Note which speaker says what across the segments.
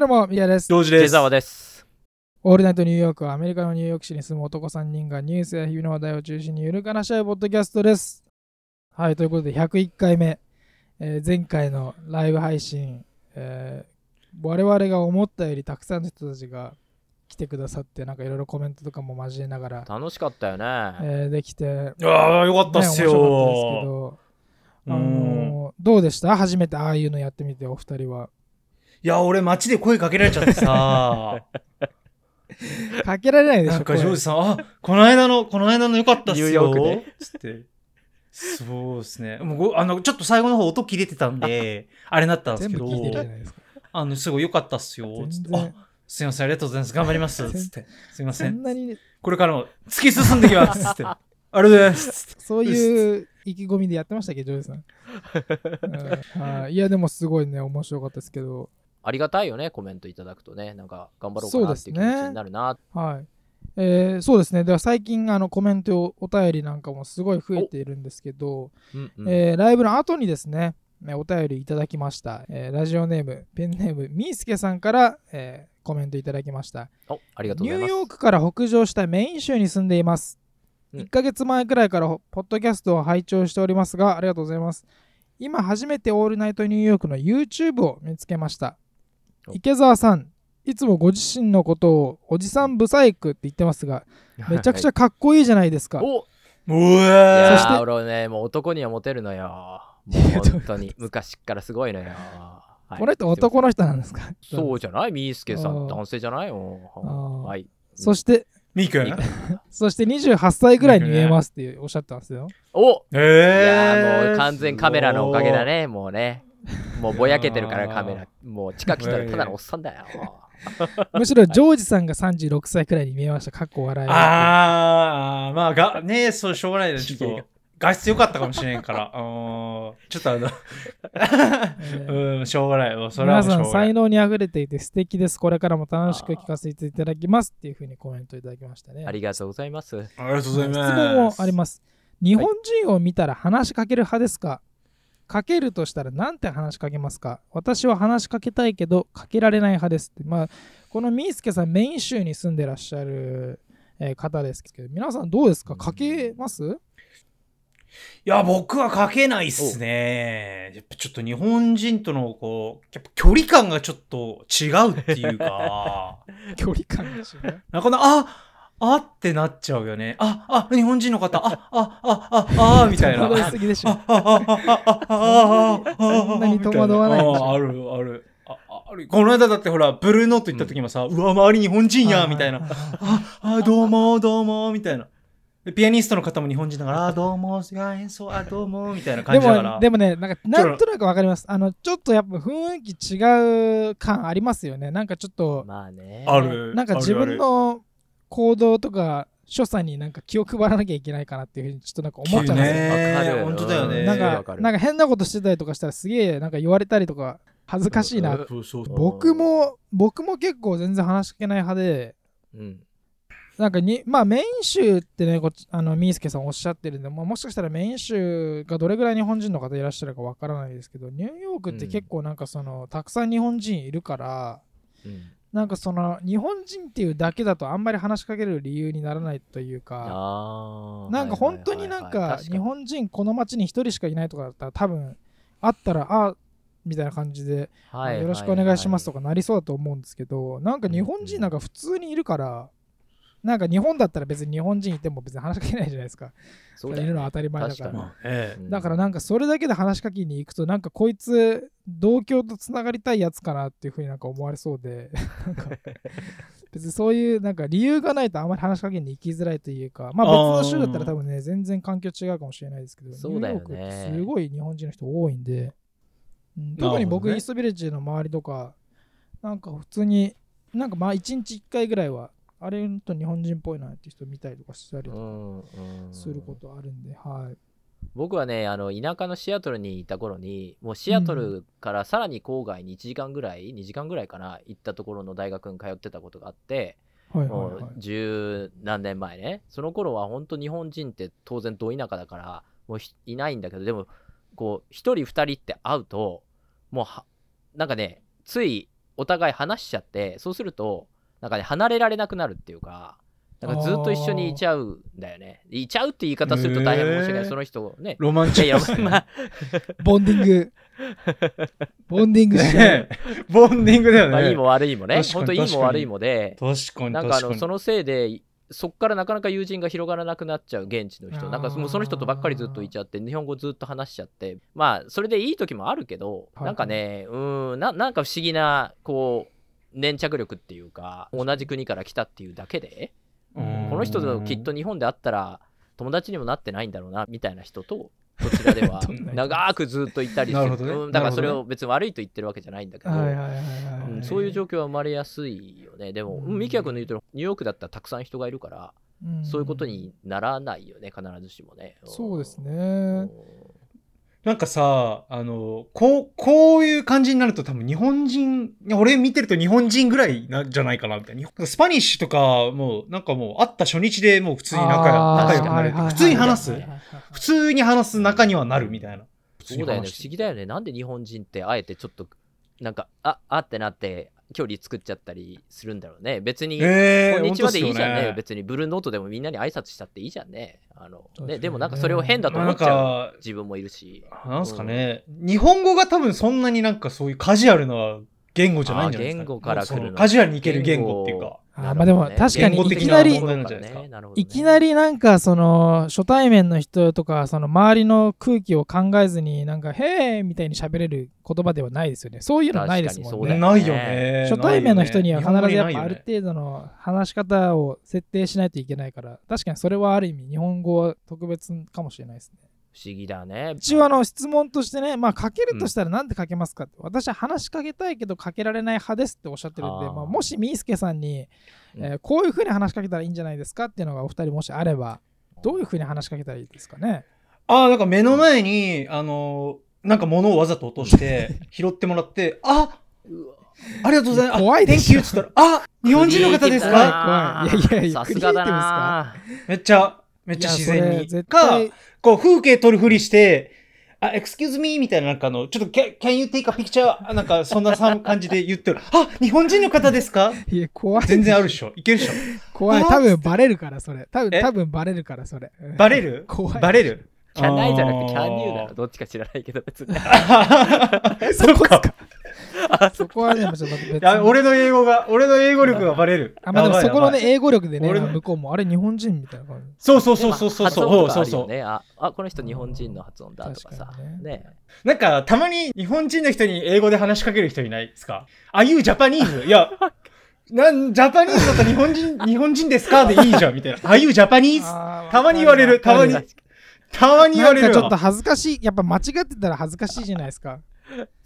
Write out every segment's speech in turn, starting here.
Speaker 1: ルも宮です。
Speaker 2: ジョージ
Speaker 3: ジ
Speaker 2: で
Speaker 3: ェ
Speaker 2: す。
Speaker 3: ザワです。
Speaker 1: オールナイトニューヨークはアメリカのニューヨーク市に住む男3人がニュースや日々の話題を中心にゆるく話し合うポッドキャストです。はい、ということで101回目、えー前回のライブ配信、えー我々が思ったよりたくさんの人たちが来てくださって、なんかいろいろコメントとかも交えながら、
Speaker 3: 楽しかったよね。
Speaker 1: えーできて、ね、
Speaker 2: ああ、よかった
Speaker 1: 面白かったで
Speaker 2: っ
Speaker 1: す
Speaker 2: す
Speaker 1: け
Speaker 2: よ。
Speaker 1: ど、あ
Speaker 2: うん
Speaker 1: のーどうでした初めてああいうのやってみて、お二人は。
Speaker 2: いや、俺、街で声かけられちゃって さ、
Speaker 1: かけられないでしょ、
Speaker 2: なんか、ジョー
Speaker 1: 声
Speaker 2: ジさん、あこの間の、この間のよかったっすよ。
Speaker 3: ニューヨークで
Speaker 2: つって。そうですね。もうごあの、ちょっと最後の方、音切れてたん で、あれなったんです
Speaker 1: 全
Speaker 2: け
Speaker 1: 部
Speaker 2: ど、
Speaker 1: 聞いてるじゃないですか。
Speaker 2: あの、すごいよかったっすよ。つっ
Speaker 1: 全
Speaker 2: てあ
Speaker 1: 然
Speaker 2: すいません、ありがとうございます。頑張ります。
Speaker 1: 全
Speaker 2: つって。すいませ
Speaker 1: そん
Speaker 2: ん。
Speaker 1: なに
Speaker 2: これからも突き進んできます。 つって。ありがとうございます。つって
Speaker 1: そういう意気込みでやってましたっけ、ジョージさん。うんはいいや、でもすごいね、面白かったですけど、
Speaker 3: ありがたいよね、コメントいただくとね。なんか、頑張ろうかなっていう気
Speaker 1: そうで
Speaker 3: 持
Speaker 1: すね
Speaker 3: ちになるな。
Speaker 1: はい。えーそうですね、では最近あのコメント、お便りなんかもすごい増えているんですけど、
Speaker 3: うんうん
Speaker 1: えーライブの後にですね、ねお便りいただきました、えーラジオネーム、ペンネーム、みーすけさんから、えーコメントいただきました。
Speaker 3: おありがとう
Speaker 1: ニ
Speaker 3: ござ
Speaker 1: ュ
Speaker 3: い
Speaker 1: ー
Speaker 3: ます。
Speaker 1: ヨークから北上したメイン州に住んでいます。
Speaker 3: うん
Speaker 1: 1ヶ月前くらいからほポッドキャストを拝聴しておりますが、ありがとうございます。今初めてオールナイトニューヨークの YouTube を見つけました。
Speaker 3: お
Speaker 1: 池澤さん、いつもご自身のことをおじさんブサイクって言ってますが、めちゃくちゃかっこいいじゃないですか。
Speaker 2: う
Speaker 3: おい
Speaker 2: わ
Speaker 3: や
Speaker 1: そして
Speaker 3: ー俺ね、もう男にはモテるのよ。もう
Speaker 1: いやどういうこと
Speaker 3: 本当 に、昔っからすごいのよ。はい
Speaker 1: この人男の人なんですか
Speaker 3: そう
Speaker 1: う
Speaker 3: じゃないみーすけさ
Speaker 1: あー
Speaker 3: ん、男性じゃないよ。はい。
Speaker 1: そして、
Speaker 2: みーく
Speaker 3: いい
Speaker 2: ん
Speaker 3: か。
Speaker 1: そして28歳ぐらいに見えますっていうおっしゃってたんです よ。
Speaker 3: お
Speaker 2: え
Speaker 3: い
Speaker 2: ー
Speaker 3: やーもう完全カメラのおかげだね、もうね。もうぼやけて るからカメラ。もう近く来たらただのおっさんだよ。
Speaker 1: むしろジョージさんが36歳くらいに見えました。かっこ笑い。
Speaker 2: ああ、まあが、ねそう、しょうがないです。ちょ
Speaker 3: ひ
Speaker 2: っ
Speaker 3: げが
Speaker 2: と、画質良かったかもしれんから。 うーんちょっとあ の、
Speaker 1: えー
Speaker 2: うん、しょうがない。もうそれは
Speaker 1: 皆
Speaker 2: もうし
Speaker 1: さ
Speaker 2: ょ
Speaker 1: ん
Speaker 2: うがな
Speaker 1: 才
Speaker 2: い。
Speaker 1: 能にあふれていて素敵です。これからも楽しく聞かせていただきますっていうふうにコメントいただきましたね。
Speaker 3: ありがとうございます。
Speaker 2: ありがとうございます。
Speaker 1: 質問もあります。日本人を見たら話しかける派ですか、かけるとしたら何て話しかけますか私は話しかけたいけどかけられない派ですって。まあ、このみーすけさん、メイン州に住んでらっしゃる、えー方ですけど、皆さんどうですかかけます
Speaker 2: いや、僕は書けないっすね。やっぱちょっと日本人との、こう、やっぱ距離感がちょっと違うっていうか、
Speaker 1: 距離感が違う。
Speaker 2: なかなか、ああってなっちゃうよね。あ、あ、日本人の方、あ、あ、あ、あ、 あ、みた いな。
Speaker 1: 戸惑いすぎでしょ。
Speaker 2: そああるある。ああるこの間だってほら、ブルーノート行った時もさ、うわ、周り日本人や、み たいな。あ、あ、どうも、どうも、みたいな。ピアニストの方も日本人だから、あ、どうも、演奏、 あ、どうも、みたいな
Speaker 1: で
Speaker 2: 感じだから。
Speaker 1: もでもねなんかなんとなくわかりますあのちょっとやっぱ雰囲気違う感ありますよねなんかちょっと
Speaker 3: まあね。
Speaker 2: ある。
Speaker 1: なんか自分の行動とか所作になんか気を配らなきゃいけないかなっていうふうにちょっとなんか思っちゃいますよ
Speaker 3: ね
Speaker 2: 本当だよね。
Speaker 1: なん
Speaker 3: わ
Speaker 1: か
Speaker 3: かる
Speaker 1: なんか変なことしてたりとかしたらすげえなんか言われたりとか恥ずかしいな、
Speaker 3: うん
Speaker 2: そうそう
Speaker 3: うん
Speaker 1: 僕も僕も結構全然話しかけない派で
Speaker 3: うん。
Speaker 1: なんかにまあメイン州ってねこっちあのミースケさんおっしゃってるんで、まあ、もしかしたらメイン州がどれぐらい日本人の方いらっしゃるかわからないですけどニューヨークって結構なんかその、たくさん日本人いるから
Speaker 3: うん
Speaker 1: なんかその日本人っていうだけだとあんまり話しかける理由にならないというか
Speaker 3: あー
Speaker 1: なんか本当になん
Speaker 3: はいはいはい
Speaker 1: か
Speaker 3: はい
Speaker 1: 日本人この街に一人しかいないとかだったら多分あったらあみたいな感じで、
Speaker 3: 確かにはいはいはい
Speaker 1: よろしくお願いしますとかなりそうだと思うんですけどなんか日本人なんか普通にいるから、なんか日本だったら別に日本人いても別に話しかけないじゃないですか。
Speaker 3: そう
Speaker 1: い
Speaker 3: だよ
Speaker 1: るの
Speaker 3: ね
Speaker 1: は当たり前だから。
Speaker 3: 確かに
Speaker 2: え
Speaker 3: うん
Speaker 1: だからなんかそれだけで話しかけに行くとなんかこいつ同郷とつながりたいやつかなっていうふうになんか思われそう でなんか別にそういうなんか理由がないとあんまり話しかけに行きづらいというかまあ
Speaker 2: あー
Speaker 1: 別の州だったら多分ね全然環境違うかもしれないですけど
Speaker 3: そうだ
Speaker 1: ニューヨ
Speaker 3: よね
Speaker 1: ークってすごい日本人の人多いんで、うん
Speaker 2: なるほどね
Speaker 1: 特に僕、イーストビレッジの周りとかなんか普通になんかまあ1日1回ぐらいはあれと日本人っぽいなって人見たりとかしたり
Speaker 3: うんうん
Speaker 1: することあるんで、はい。
Speaker 3: 僕はねあの田舎のシアトルにいた頃にもうシアトルからさらに郊外に1時間ぐらい2時間ぐらいかな行ったところの大学に通ってたことがあって
Speaker 1: はいはい
Speaker 3: も
Speaker 1: はいう
Speaker 3: 十何年前ねその頃は本当日本人って当然ど田舎だからもうひいないんだけどでもこう1人2人って会うともうはなんかねついお互い話しちゃってそうするとなんかね離れられなくなるっていうかなんかずっと一緒にいちゃうんだよねいちゃうって言い方すると大変申し訳ない、
Speaker 2: へー
Speaker 3: その人をね
Speaker 2: ロマン
Speaker 3: い
Speaker 2: チ
Speaker 3: やい
Speaker 2: ッ
Speaker 3: や
Speaker 2: ク、
Speaker 3: まあ、
Speaker 1: ボンディン グ。ボンディングしちゃう。
Speaker 2: ねボンディングだよね。
Speaker 3: まあいいも悪いもね
Speaker 2: 確かに
Speaker 3: 本当いいも悪いもで
Speaker 2: 確かに確かに。
Speaker 3: なんかあのそのせいでそっからなかなか友人が広がらなくなっちゃう現地の人
Speaker 1: あー
Speaker 3: なんかもうその人とばっかりずっといちゃって日本語ずっと話しちゃってまあそれでいい時もあるけど、
Speaker 1: はい
Speaker 3: なんかねうーんななんか不思議なこう粘着力っていうか同じ国から来たっていうだけで
Speaker 2: うん
Speaker 3: この人ときっと日本で会ったら友達にもなってないんだろうなみたいな人と。こちらでは
Speaker 1: どんな人
Speaker 3: 長くずっといたりして
Speaker 2: なるほどね
Speaker 3: うんだからそれ
Speaker 2: なる
Speaker 3: を別に悪いと言ってるわけじゃないんだけど、
Speaker 1: はいはいはいはい、
Speaker 3: うん、そういう状況は生まれやすいよね。でも、
Speaker 1: うん
Speaker 3: ミキヤ君の言うと、ニューヨークだったらたくさん人がいるから、
Speaker 1: うん
Speaker 3: そういうことにならないよね、必ずしもね。ん
Speaker 1: そうです。
Speaker 3: うん
Speaker 1: ね。
Speaker 2: なんかさ、あの、こう、こういう感じになると多分日本人、いや俺見てると日本人ぐらいなんじゃないかなみたいな。日本スパニッシュとか、もうなんかもう会った初日でもう普通に仲が
Speaker 1: あー
Speaker 2: 仲良くな
Speaker 1: は
Speaker 2: れて、
Speaker 1: いはいはい
Speaker 2: 普通に話す
Speaker 1: はいはいはいはい
Speaker 2: 普通に話す仲にはなるみたいな。
Speaker 3: そうだよね、
Speaker 2: 普通に
Speaker 3: 不思
Speaker 2: 話して
Speaker 3: 議だよね。なんで日本人ってあえてちょっと、なんか、ああってなって、距離作っちゃったりするんだろうね。別に、
Speaker 2: えー、
Speaker 3: こんにちはでいいじゃん
Speaker 2: 本当っす
Speaker 3: ね
Speaker 2: よ
Speaker 3: 別に、ブルーノートでもみんなに挨拶したっていいじゃんね。あの
Speaker 1: そうです
Speaker 3: ね
Speaker 1: よね
Speaker 3: でもなんかそれを変だと
Speaker 2: まあな
Speaker 3: 思っ
Speaker 2: ん
Speaker 3: ちゃ
Speaker 2: か、
Speaker 3: う自分もいるし。
Speaker 2: なんすかね、日本語が多分そんなになんかそういうカジュアルな言語じゃないんじゃないですか、
Speaker 3: あー言語から来るの
Speaker 2: そのカジュアルにいける言語っていうか。
Speaker 1: あーまあでも確
Speaker 2: かにいきなり
Speaker 1: いきな
Speaker 3: り、
Speaker 1: りなんかその初対面の人とかその周りの空気を考えずになんか「へえ」みたいに喋れる言葉ではないですよねそういうのはないですもん
Speaker 3: 確かにそうだ
Speaker 1: ね
Speaker 2: ない
Speaker 3: よ
Speaker 2: よね。
Speaker 1: 初対面の人には必
Speaker 2: ない
Speaker 1: ず
Speaker 2: よ
Speaker 1: やっ
Speaker 2: ね
Speaker 1: ぱある程度の話し方を設定しないといけないから確かにそれはある意味日本語は特別かもしれないですね
Speaker 3: 不思議だね。
Speaker 1: 一応あの質問としてねまあかけるとしたらなんでかけますかって私は話しかけたいけどかけられない派ですっておっしゃってるんで
Speaker 3: あー
Speaker 1: まあもしみーすけさんに
Speaker 3: うん
Speaker 1: えーこういうふうに話しかけたらいいんじゃないですかっていうのがお二人もしあればどういうふうに話しかけたらいいですかね
Speaker 2: ああ、なんか目の前に、あのー、なんか物をわざと落 として、拾ってもらって、あ
Speaker 3: うわ
Speaker 2: ありがとうございます。
Speaker 1: 怖いで
Speaker 2: Thank
Speaker 1: し
Speaker 2: you
Speaker 1: ょ
Speaker 2: っつったら、あ日本人の方ですか
Speaker 1: 怖い怖いいやいやいや
Speaker 3: さすがだな。
Speaker 2: めっちゃ、めっちゃ自
Speaker 1: いやそ
Speaker 2: 然
Speaker 1: れ
Speaker 2: に。
Speaker 1: 絶
Speaker 2: か
Speaker 1: 対、
Speaker 2: こう風景撮るふりして、あ、excuse me みたいな、なんかあの、ちょっと、can, can you take a picture? あなんか、そんなさ感じで言ってる。あ日本人の方ですか
Speaker 1: いや怖い
Speaker 2: 全然あるでしょ。いけるでしょ。
Speaker 1: 怖い
Speaker 2: あ
Speaker 1: 多分バレるからそれ多分
Speaker 2: え
Speaker 1: 多分バレるからそれうん
Speaker 2: バレる
Speaker 1: 怖い
Speaker 2: バレる
Speaker 3: キャナイじゃなくてキャンニューだろ。どっちか知らないけど別に。あ
Speaker 2: ー そっか。
Speaker 1: そこはね、ちょっと別に。
Speaker 2: あ俺の英語が、俺の英語力がバレる。
Speaker 1: あ、まあ、でも
Speaker 2: やばい
Speaker 1: そこの
Speaker 2: やばい
Speaker 1: ね、英語力でね、
Speaker 2: 俺の
Speaker 1: 向こうも、あれ、日本人みたいな感じ。
Speaker 2: そうそうそうそうそう
Speaker 3: 発
Speaker 2: そう。
Speaker 3: 音とか
Speaker 2: そ
Speaker 3: あ
Speaker 2: う
Speaker 3: る
Speaker 2: そう
Speaker 3: よ。ね。あ、あこの人日本人の発音だとかさ
Speaker 1: 確か。に
Speaker 3: ね。
Speaker 2: なんか、たまに日本人の人に英語で話しかける人いないですか ?Are you Japanese? いや、なん、ジャパニーズだと日本人、 日本人ですかでいいじゃん、みたいな。Are you Japanese? たまに言われるたまに
Speaker 1: な
Speaker 2: なんんたまに言われ
Speaker 1: か
Speaker 2: る
Speaker 1: ちょっと
Speaker 2: わ。
Speaker 1: 恥ずかしい。やっぱ間違ってたら恥ずかしいじゃないですか。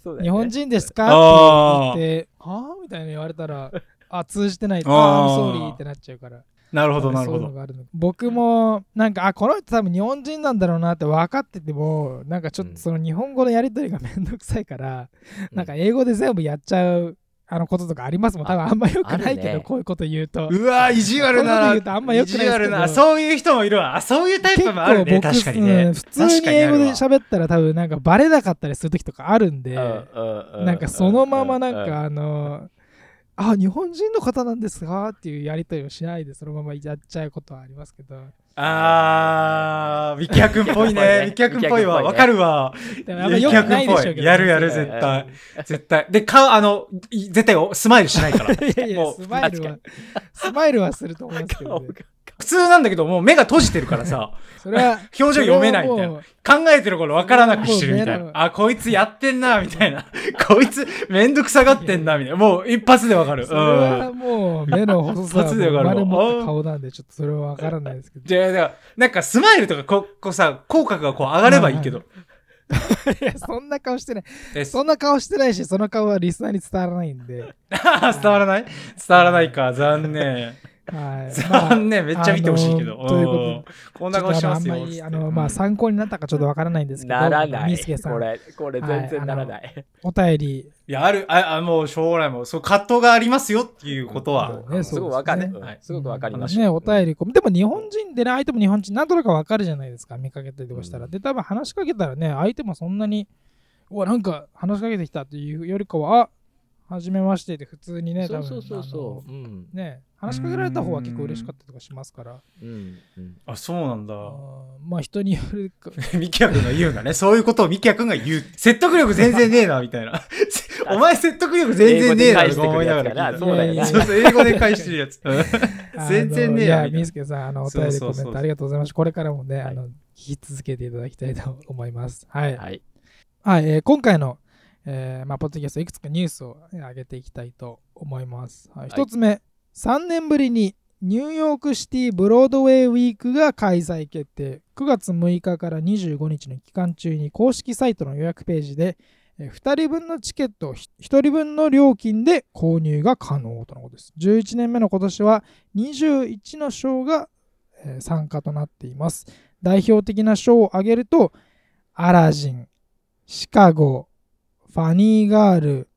Speaker 3: そうだよね
Speaker 1: 日本人ですか
Speaker 2: あー
Speaker 1: って言って、はぁみたいに言われたら、あ、通じてない。あ
Speaker 2: あー
Speaker 1: ー、ソーリーってなっちゃうから。
Speaker 2: なるほど、なる
Speaker 1: そうい
Speaker 2: ほ
Speaker 1: うの
Speaker 2: ど。
Speaker 1: があるの僕も、なんか、あ、この人多分日本人なんだろうなって分かってても、なんかちょっとその日本語のやりとりがめんどくさいから、
Speaker 3: うん
Speaker 1: なんか英語で全部やっちゃうあのこととかありますもん。多分あんま良くないけ
Speaker 3: あ
Speaker 1: ど、
Speaker 3: るね
Speaker 1: こういうこと言うと。
Speaker 2: うわ意地悪
Speaker 1: こういうこと
Speaker 2: な。
Speaker 1: 言うとあんま良
Speaker 2: 意
Speaker 1: くないです
Speaker 2: 地
Speaker 1: けど
Speaker 2: 悪な。そういう人もいるわ。あそういうタイプもあるね。確かに
Speaker 1: うん
Speaker 2: ね。
Speaker 1: 普通に英語で
Speaker 2: 確かにあるわ
Speaker 1: 喋ったら多分なんかバレなかったりする時とかあるんで、なんかそのままなん。かあの、あ、日本人の方なんですかっていうやりとりをしないでそのままやっちゃうことはありますけど。
Speaker 2: あー、ミキヤ君っぽいね。ミ
Speaker 3: ミ
Speaker 2: キ
Speaker 3: キ
Speaker 2: ヤ
Speaker 3: ヤ君
Speaker 2: 君
Speaker 3: っぽいね
Speaker 2: っぽいわ。
Speaker 3: ミキヤ君っぽいね
Speaker 2: わかるわ。
Speaker 1: でもあんま良くないでしょうけど。
Speaker 2: やるやる
Speaker 1: そ
Speaker 2: 絶
Speaker 1: れ
Speaker 2: 対絶対。で、顔、あの、い絶対おスマイルしな いから。
Speaker 1: いやい
Speaker 2: も
Speaker 1: や、
Speaker 2: う
Speaker 1: スマイルは、スマイルはすると思うんですけどね、
Speaker 2: 普通なんだけど、もう目が閉じてるからさ、
Speaker 1: それは、
Speaker 2: 表情読めないみたいな。
Speaker 1: な。
Speaker 2: 考えてる頃分からなくしてるみたい
Speaker 1: もう
Speaker 2: な
Speaker 1: ね。
Speaker 2: あ、こいつやってんな、みたいな。こいつめんどくさがってんな、みたいな。もう一発で分かる。
Speaker 1: それ
Speaker 2: うん
Speaker 1: は。もう目の細さは
Speaker 2: 一発でわかるわ
Speaker 1: 生まれ持った顔なんでちょっとそれはわからないですけど。
Speaker 2: じゃあ、だからなんかスマイルとか、ここうさ、口角がこう上がればいいけど。
Speaker 1: いやそんな顔してない。
Speaker 2: え、そ
Speaker 1: そんな顔してないし、その顔はリスナーに伝わらないんで。
Speaker 2: あー伝わらない伝わらないか。残念。
Speaker 1: はい。まあ
Speaker 2: 残念。めっちゃ見てほしいけど。
Speaker 1: あのということで
Speaker 2: うんこんな顔してますよ
Speaker 1: ちょっとあのあん。まりあの、
Speaker 2: つって
Speaker 1: まあ、参考になったかちょっとわからないんですけど、
Speaker 3: ならな
Speaker 1: み
Speaker 3: い。
Speaker 1: すけさ
Speaker 3: こ
Speaker 1: ん、
Speaker 3: れ、これ全然ならない。
Speaker 1: お便り、
Speaker 2: いや、ある、あ、あもう将来も、そう、葛藤がありますよっていうことは。
Speaker 1: ね
Speaker 3: すごくわかる
Speaker 1: そうです
Speaker 2: ねはい。
Speaker 3: すごくわかりま
Speaker 2: 話
Speaker 3: す。
Speaker 1: ね、お便りこう、でも日本人でね、相手も日本人、なんとなくわかるじゃないですか、見かけたりとかしたら。
Speaker 3: うん
Speaker 1: で、多分話しかけたらね、相手もそんなに、うわ、なんか話しかけてきたっていうよりかは、あ初めましてで普通にね、
Speaker 3: そ
Speaker 1: 多
Speaker 3: う
Speaker 1: 分
Speaker 3: そうそうそう。う
Speaker 1: あ
Speaker 3: ん。
Speaker 1: のね、話しかけられた方は結構嬉しかったりとかしますから、
Speaker 3: うん。うん
Speaker 2: あ、そうなんだ。
Speaker 1: あーまあ人によるか、
Speaker 2: ミキヤ君が言うんだね。そういうことをミキヤ君が言う。説得力全然ねえな、みたいな。お前説得力全然ねえな、とか思いながら聞いた。
Speaker 1: そうだよな
Speaker 2: そうそう、英語で返してるやつ。全然ねえ
Speaker 1: あの
Speaker 2: や
Speaker 1: いや、みすけさん、あの、お便り
Speaker 2: そうそう
Speaker 1: コ
Speaker 2: そう
Speaker 1: メントありがとうございました。これからもね、
Speaker 3: はい
Speaker 1: あの、聞き続けていただきたいと思います。はい。はい、
Speaker 3: はい。
Speaker 1: えー今回の、えーまあ、ポッドキャスト、いくつかニュースをえー上げていきたいと思います。はい、
Speaker 3: はい
Speaker 1: 一つ目、3年ぶりにニューヨークシティブロードウェイウィークが開催決定。9月6日から25日の期間中に公式サイトの予約ページで、えー2人分のチケットを1人分の料金で購入が可能とのことです。11年目の今年は21の賞がえー参加となっています。代表的な賞を挙げると、アラジン、シカゴ、ファニーガール、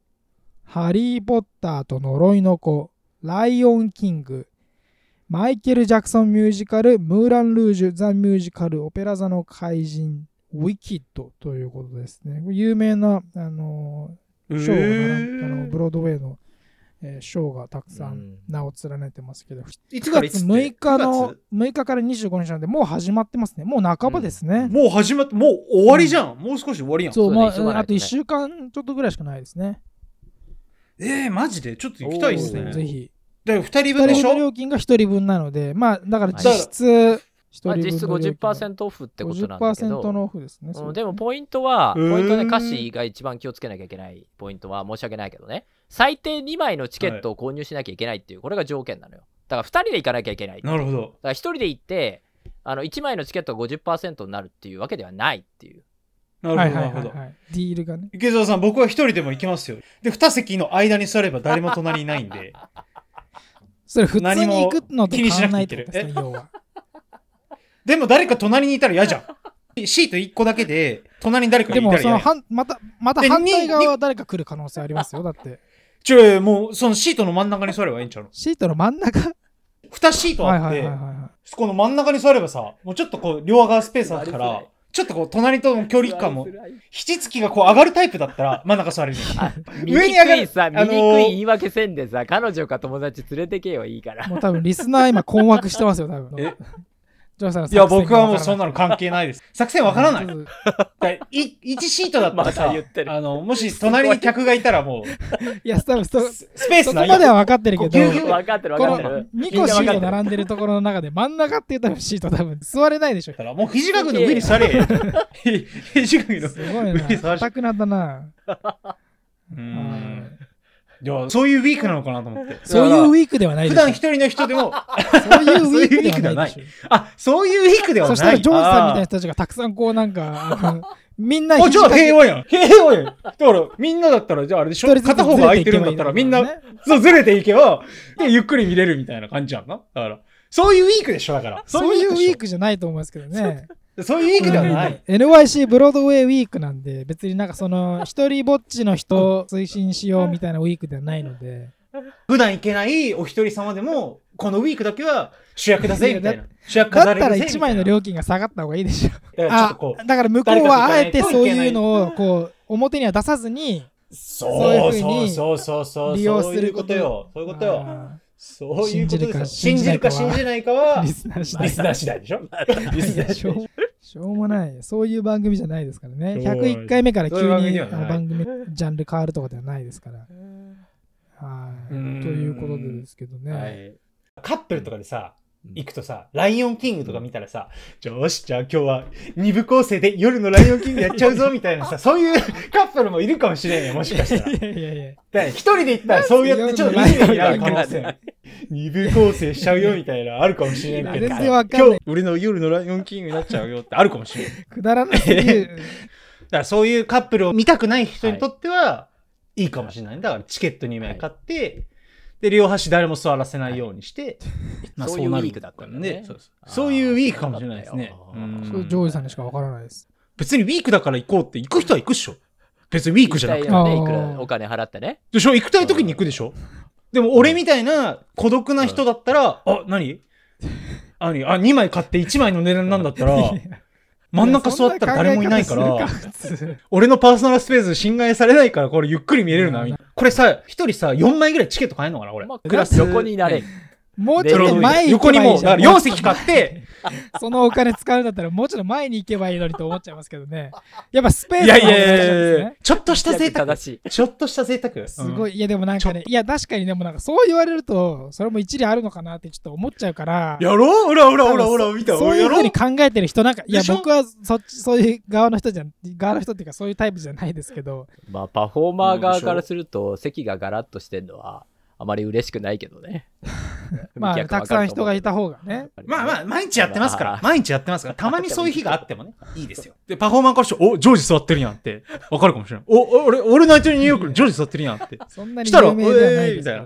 Speaker 1: ハリー・ポッターと呪いの子、ライオン・キング、マイケル・ジャクソンミュージカル、ムーラン・ルージュ、ザ・ミュージカル、オペラ座の怪人、ウィキッドということですね。これ有名な、あのーショーが並ん、あのブロードウェイの、えーショーがたくさ
Speaker 3: うんん
Speaker 1: 名を連ねてますけど、
Speaker 2: いつ
Speaker 1: 9
Speaker 2: からい
Speaker 1: 月
Speaker 2: つ
Speaker 1: 6日の
Speaker 2: 九
Speaker 1: 6日から25日なんでもう始まってますねもう半ばですね、
Speaker 2: 月もう始まって、もう終わりじゃん。もう少し終わりやん。
Speaker 1: そう
Speaker 3: そうね
Speaker 1: ま
Speaker 3: 急がないとね
Speaker 1: ああと1週間ちょっとぐらいしかないですね
Speaker 2: えー、マジでちょっと行きたいです
Speaker 3: お
Speaker 2: ね。
Speaker 3: ー
Speaker 1: ぜひ
Speaker 2: で、二人分
Speaker 1: 2
Speaker 2: で
Speaker 1: 人
Speaker 2: し
Speaker 1: 分の
Speaker 2: ょ
Speaker 1: 料金が1人分なのでまあだから実質1人
Speaker 3: まあ
Speaker 1: 分の料金
Speaker 3: 実質50%オフってことなんだけど。
Speaker 1: 50%のオフですね
Speaker 3: う
Speaker 1: そ
Speaker 3: ん
Speaker 1: う
Speaker 3: でもポイントは、
Speaker 2: うーん
Speaker 3: ポイントで歌詞が一番気をつけなきゃいけないポイントは申し訳ないけどね、最低2枚のチケットを購入しなきゃいけないっていう、これが条件なのよ。だから2人で行かなきゃいけない。だか
Speaker 2: なるほど。
Speaker 3: ら1人で行って、あの1枚のチケットが50%になるっていうわけではないっていう。
Speaker 2: な
Speaker 1: は
Speaker 2: る
Speaker 1: い
Speaker 2: ほど、
Speaker 1: は
Speaker 2: ない
Speaker 1: は
Speaker 2: るほ
Speaker 1: い、
Speaker 2: ど。
Speaker 1: はい、ディールがね
Speaker 2: 池澤さん、僕は一人でも行きますよ。で、二席の間に座れば誰も隣にいないんで。
Speaker 1: それ普通に行くのと変わらないってことですね
Speaker 2: 何
Speaker 1: 要 は
Speaker 2: でも誰か隣にいたら嫌じゃん。シート1個だけで、隣に誰かが
Speaker 1: で
Speaker 2: いたら
Speaker 1: も
Speaker 2: 嫌
Speaker 1: そ
Speaker 2: や
Speaker 1: の
Speaker 2: ん。
Speaker 1: 反またまた
Speaker 2: で
Speaker 1: 反対側
Speaker 2: に
Speaker 1: は誰か来る可能性ありますよだって
Speaker 2: ちょ、もう、そのシートの真ん中に座ればいいんちゃうの
Speaker 1: シートの真ん中
Speaker 2: ?2 シート
Speaker 1: はい
Speaker 2: あっ
Speaker 1: はいはい
Speaker 2: て
Speaker 1: はい、はい
Speaker 2: そこの真ん中に座ればさ、もうちょっとこう、両側スペースあるか
Speaker 3: 座りづら
Speaker 2: ら
Speaker 3: い、
Speaker 2: ちょっとこう、隣との距離感も、肘つきがこう上がるタイプだったら、真ん中座れるよ。
Speaker 3: 見に
Speaker 2: 上に上が
Speaker 3: く
Speaker 2: る
Speaker 3: いさ、
Speaker 2: あ
Speaker 3: 見
Speaker 2: のー
Speaker 3: にくい言い訳せんでさ、彼女か友達連れてけよいいから。
Speaker 1: もう多分リスナー今困惑してますよ、多分。
Speaker 2: え
Speaker 1: ジョーさんの
Speaker 2: いや、僕はも うそんな
Speaker 1: の
Speaker 2: の関係ないです。作戦わからない。
Speaker 1: ち
Speaker 2: だ
Speaker 1: ょっ
Speaker 2: からい1シートだったら
Speaker 3: ま
Speaker 2: さ
Speaker 3: だ言って、る
Speaker 2: あの、もし隣に客がいたらも、
Speaker 1: といや、多分そう
Speaker 2: ススペー
Speaker 1: そ
Speaker 2: ス
Speaker 1: こ
Speaker 2: ない
Speaker 1: ま
Speaker 2: よ
Speaker 1: で。は分かってるけ
Speaker 2: ぎゅうぎゅ
Speaker 1: ど
Speaker 2: う、
Speaker 3: 分かってる分
Speaker 1: こ
Speaker 3: かっ
Speaker 1: の
Speaker 3: てる。
Speaker 1: 2個シート
Speaker 3: だ
Speaker 1: 並んでるところの中で真ん中っていう多分シート多分座れないでしょ
Speaker 2: だ。からもう肘掛けの上に座れよ。 肘掛けの
Speaker 1: すごい
Speaker 2: 上に 座
Speaker 1: な。
Speaker 2: れ。
Speaker 1: 硬くなったな。
Speaker 2: う。
Speaker 1: うん
Speaker 2: いや、そういうウィークなのかなと思って。
Speaker 1: そういうウィークではない
Speaker 2: 普
Speaker 1: でしょ
Speaker 2: 段一。人の人でも、
Speaker 1: そういうウィークではないでしょ。
Speaker 2: あ、そういうウィークではな
Speaker 1: そ
Speaker 2: い。
Speaker 1: したらジョーさんみたいな
Speaker 2: あー
Speaker 1: 人たちがたくさんこうなんか、あのみんな
Speaker 2: あ、じゃあ平
Speaker 1: 和
Speaker 2: 和やん。平和やん。だから、みんなだったら、じゃああれでしょ片方が空いてるんだったら、みんな、そう、ずれていけば、で、ゆっくり見れるみたいな感じやんな。だから、そういうウィークでしょ、だから。
Speaker 1: そういうウィー
Speaker 2: ク
Speaker 1: クじゃないと思いますけどね。
Speaker 2: でしょ。そういうウィークではない。
Speaker 1: NYC ブロードウェイウィークなんで別になんかその一人ぼっちの人を推進しようみたいなウィークではないので
Speaker 2: 普段行けないお一人様でも、このウィークだけは主役だぜ、みたい
Speaker 1: い
Speaker 2: な。主役
Speaker 1: だっ
Speaker 2: 飾れ
Speaker 1: た
Speaker 2: る
Speaker 1: ら
Speaker 2: ぜ。
Speaker 1: 1枚の
Speaker 2: み
Speaker 1: 料金が下がった方がいいでしょ
Speaker 2: たいなだからちょっ
Speaker 1: あ
Speaker 2: とこう。
Speaker 1: だから向こうはあえてそういうのをこう表には出さずに
Speaker 2: そう
Speaker 1: そういうふう
Speaker 2: そう
Speaker 1: に
Speaker 2: そうそうそう。
Speaker 1: 利用
Speaker 2: そう
Speaker 1: す
Speaker 2: いう
Speaker 1: る
Speaker 2: こ
Speaker 1: ことと
Speaker 2: よ。そういうことよ。
Speaker 1: あ
Speaker 2: そういうことですよ。
Speaker 1: 信
Speaker 2: 信じ
Speaker 1: じ
Speaker 2: る
Speaker 1: るか
Speaker 2: か信
Speaker 1: 信
Speaker 2: じ
Speaker 1: じ
Speaker 2: ないかは
Speaker 1: ーリ、スナー次第
Speaker 2: リスナー次第でしょリスナー
Speaker 1: し
Speaker 2: 次
Speaker 1: ょ
Speaker 2: 第。
Speaker 1: うしょうもないそういう番組じゃないですからね
Speaker 2: そう
Speaker 1: 101回目から急
Speaker 2: そういう番組
Speaker 1: に
Speaker 2: で
Speaker 1: あ
Speaker 2: はない
Speaker 1: の番組ジャンル変わるとかではないですからはいと
Speaker 2: うん
Speaker 1: いうことでですけど
Speaker 2: は
Speaker 1: ね
Speaker 2: い。カップルとかでさ
Speaker 3: うん、
Speaker 2: 行くとさ、ライオンキングとか見たらさ、よし、じゃあ今日は二部構成で夜のライオンキングやっちゃうぞみたいなさ、そういうカップルもいるかもしれんよ、もしかしたら。
Speaker 1: いやいやいや
Speaker 2: だから一人で行ったらそうやってちょっと2部になる可能性二部構成しちゃうよみたいなあるかもしれんけど
Speaker 1: 全然わかんない
Speaker 2: 今日俺の夜のライオンキングになっちゃうよってあるかもしれんだ
Speaker 1: くだらなすぎ る
Speaker 2: からそういうカップルを見たくない人にとってはいいかもしれないだからチケット2枚買って、で両端誰も座らせないようにして、まあ
Speaker 3: そういう
Speaker 2: なる
Speaker 3: ウィークだったんだね
Speaker 2: そうそう
Speaker 3: あー
Speaker 2: そういうウィークかもしれないですね
Speaker 3: そうだったよ
Speaker 2: うん
Speaker 1: それジョージさんにしかわからないです
Speaker 2: 別にウィークだから行こうって行く人は行くっしょ別にウィークじゃなくて
Speaker 1: あー
Speaker 3: いくらお金払ってね。
Speaker 2: でしょ行きたい時に行くでしょでも俺みたいな孤独な人だったら、あ、何あ、何あ、2枚買って1枚の値段なんだったら、真ん中座ったら誰もいないか
Speaker 1: そんな
Speaker 2: ら
Speaker 1: 考え方するか普通
Speaker 2: 俺のパーソナルスペース侵害されないからこれゆっくり見れる
Speaker 1: う
Speaker 2: なんみんなこれさ一人さ4枚ぐらいチケット買えんのかな俺
Speaker 3: まあ、
Speaker 2: ク
Speaker 3: ク
Speaker 2: ラ
Speaker 3: ラ
Speaker 2: ス
Speaker 3: ス横になれん。
Speaker 1: もうち
Speaker 3: ち
Speaker 1: ょっ
Speaker 3: ょっ
Speaker 1: と
Speaker 3: と
Speaker 1: 前
Speaker 3: 前
Speaker 1: に
Speaker 2: 横にもだから4席買 って
Speaker 1: そのお金使うんだったらもうちょっと前に行けばいいのにと思っちゃいますけどね。やっぱスペースの
Speaker 2: い
Speaker 1: 話
Speaker 2: やいやいやい
Speaker 1: なん
Speaker 2: や
Speaker 1: ですね
Speaker 2: ちょっとした贅沢
Speaker 3: 正しい。
Speaker 2: ちょっとした贅沢
Speaker 1: すご
Speaker 2: い、
Speaker 1: い。いやでもなんかね、いや確かにでもなんかそう言われると、それも一理あるのかなってちょっと思っちゃうから。
Speaker 2: やろうほらほらほらほ
Speaker 1: 多
Speaker 2: ら
Speaker 1: 分
Speaker 2: 見た
Speaker 1: そういう
Speaker 2: や
Speaker 1: ふう
Speaker 2: ろ
Speaker 1: に考えてる人なんか、いや
Speaker 2: でしょ
Speaker 1: 僕はそっち、そういう側の人じゃ、側の人っていうかそういうタイプじゃないですけど、
Speaker 3: まあ、パフォーマー側からすると、席がガラッとしてるのは、あまり嬉しくないけどね。
Speaker 1: まあたくさん人がいた方がね。
Speaker 2: まあまあ、毎日やってますか
Speaker 3: あ
Speaker 2: ら
Speaker 3: ー、
Speaker 2: 毎日やってますから、たまにそういう日があって もね、いいですよ。で、パフォーマーからして、お、ジョージ座ってるやんって、わかるかもしれない。お、お俺、俺の相手にニューヨークのジョージ座ってるやんって、
Speaker 1: そんなに
Speaker 2: したら
Speaker 1: 有名ではないですけど
Speaker 2: おい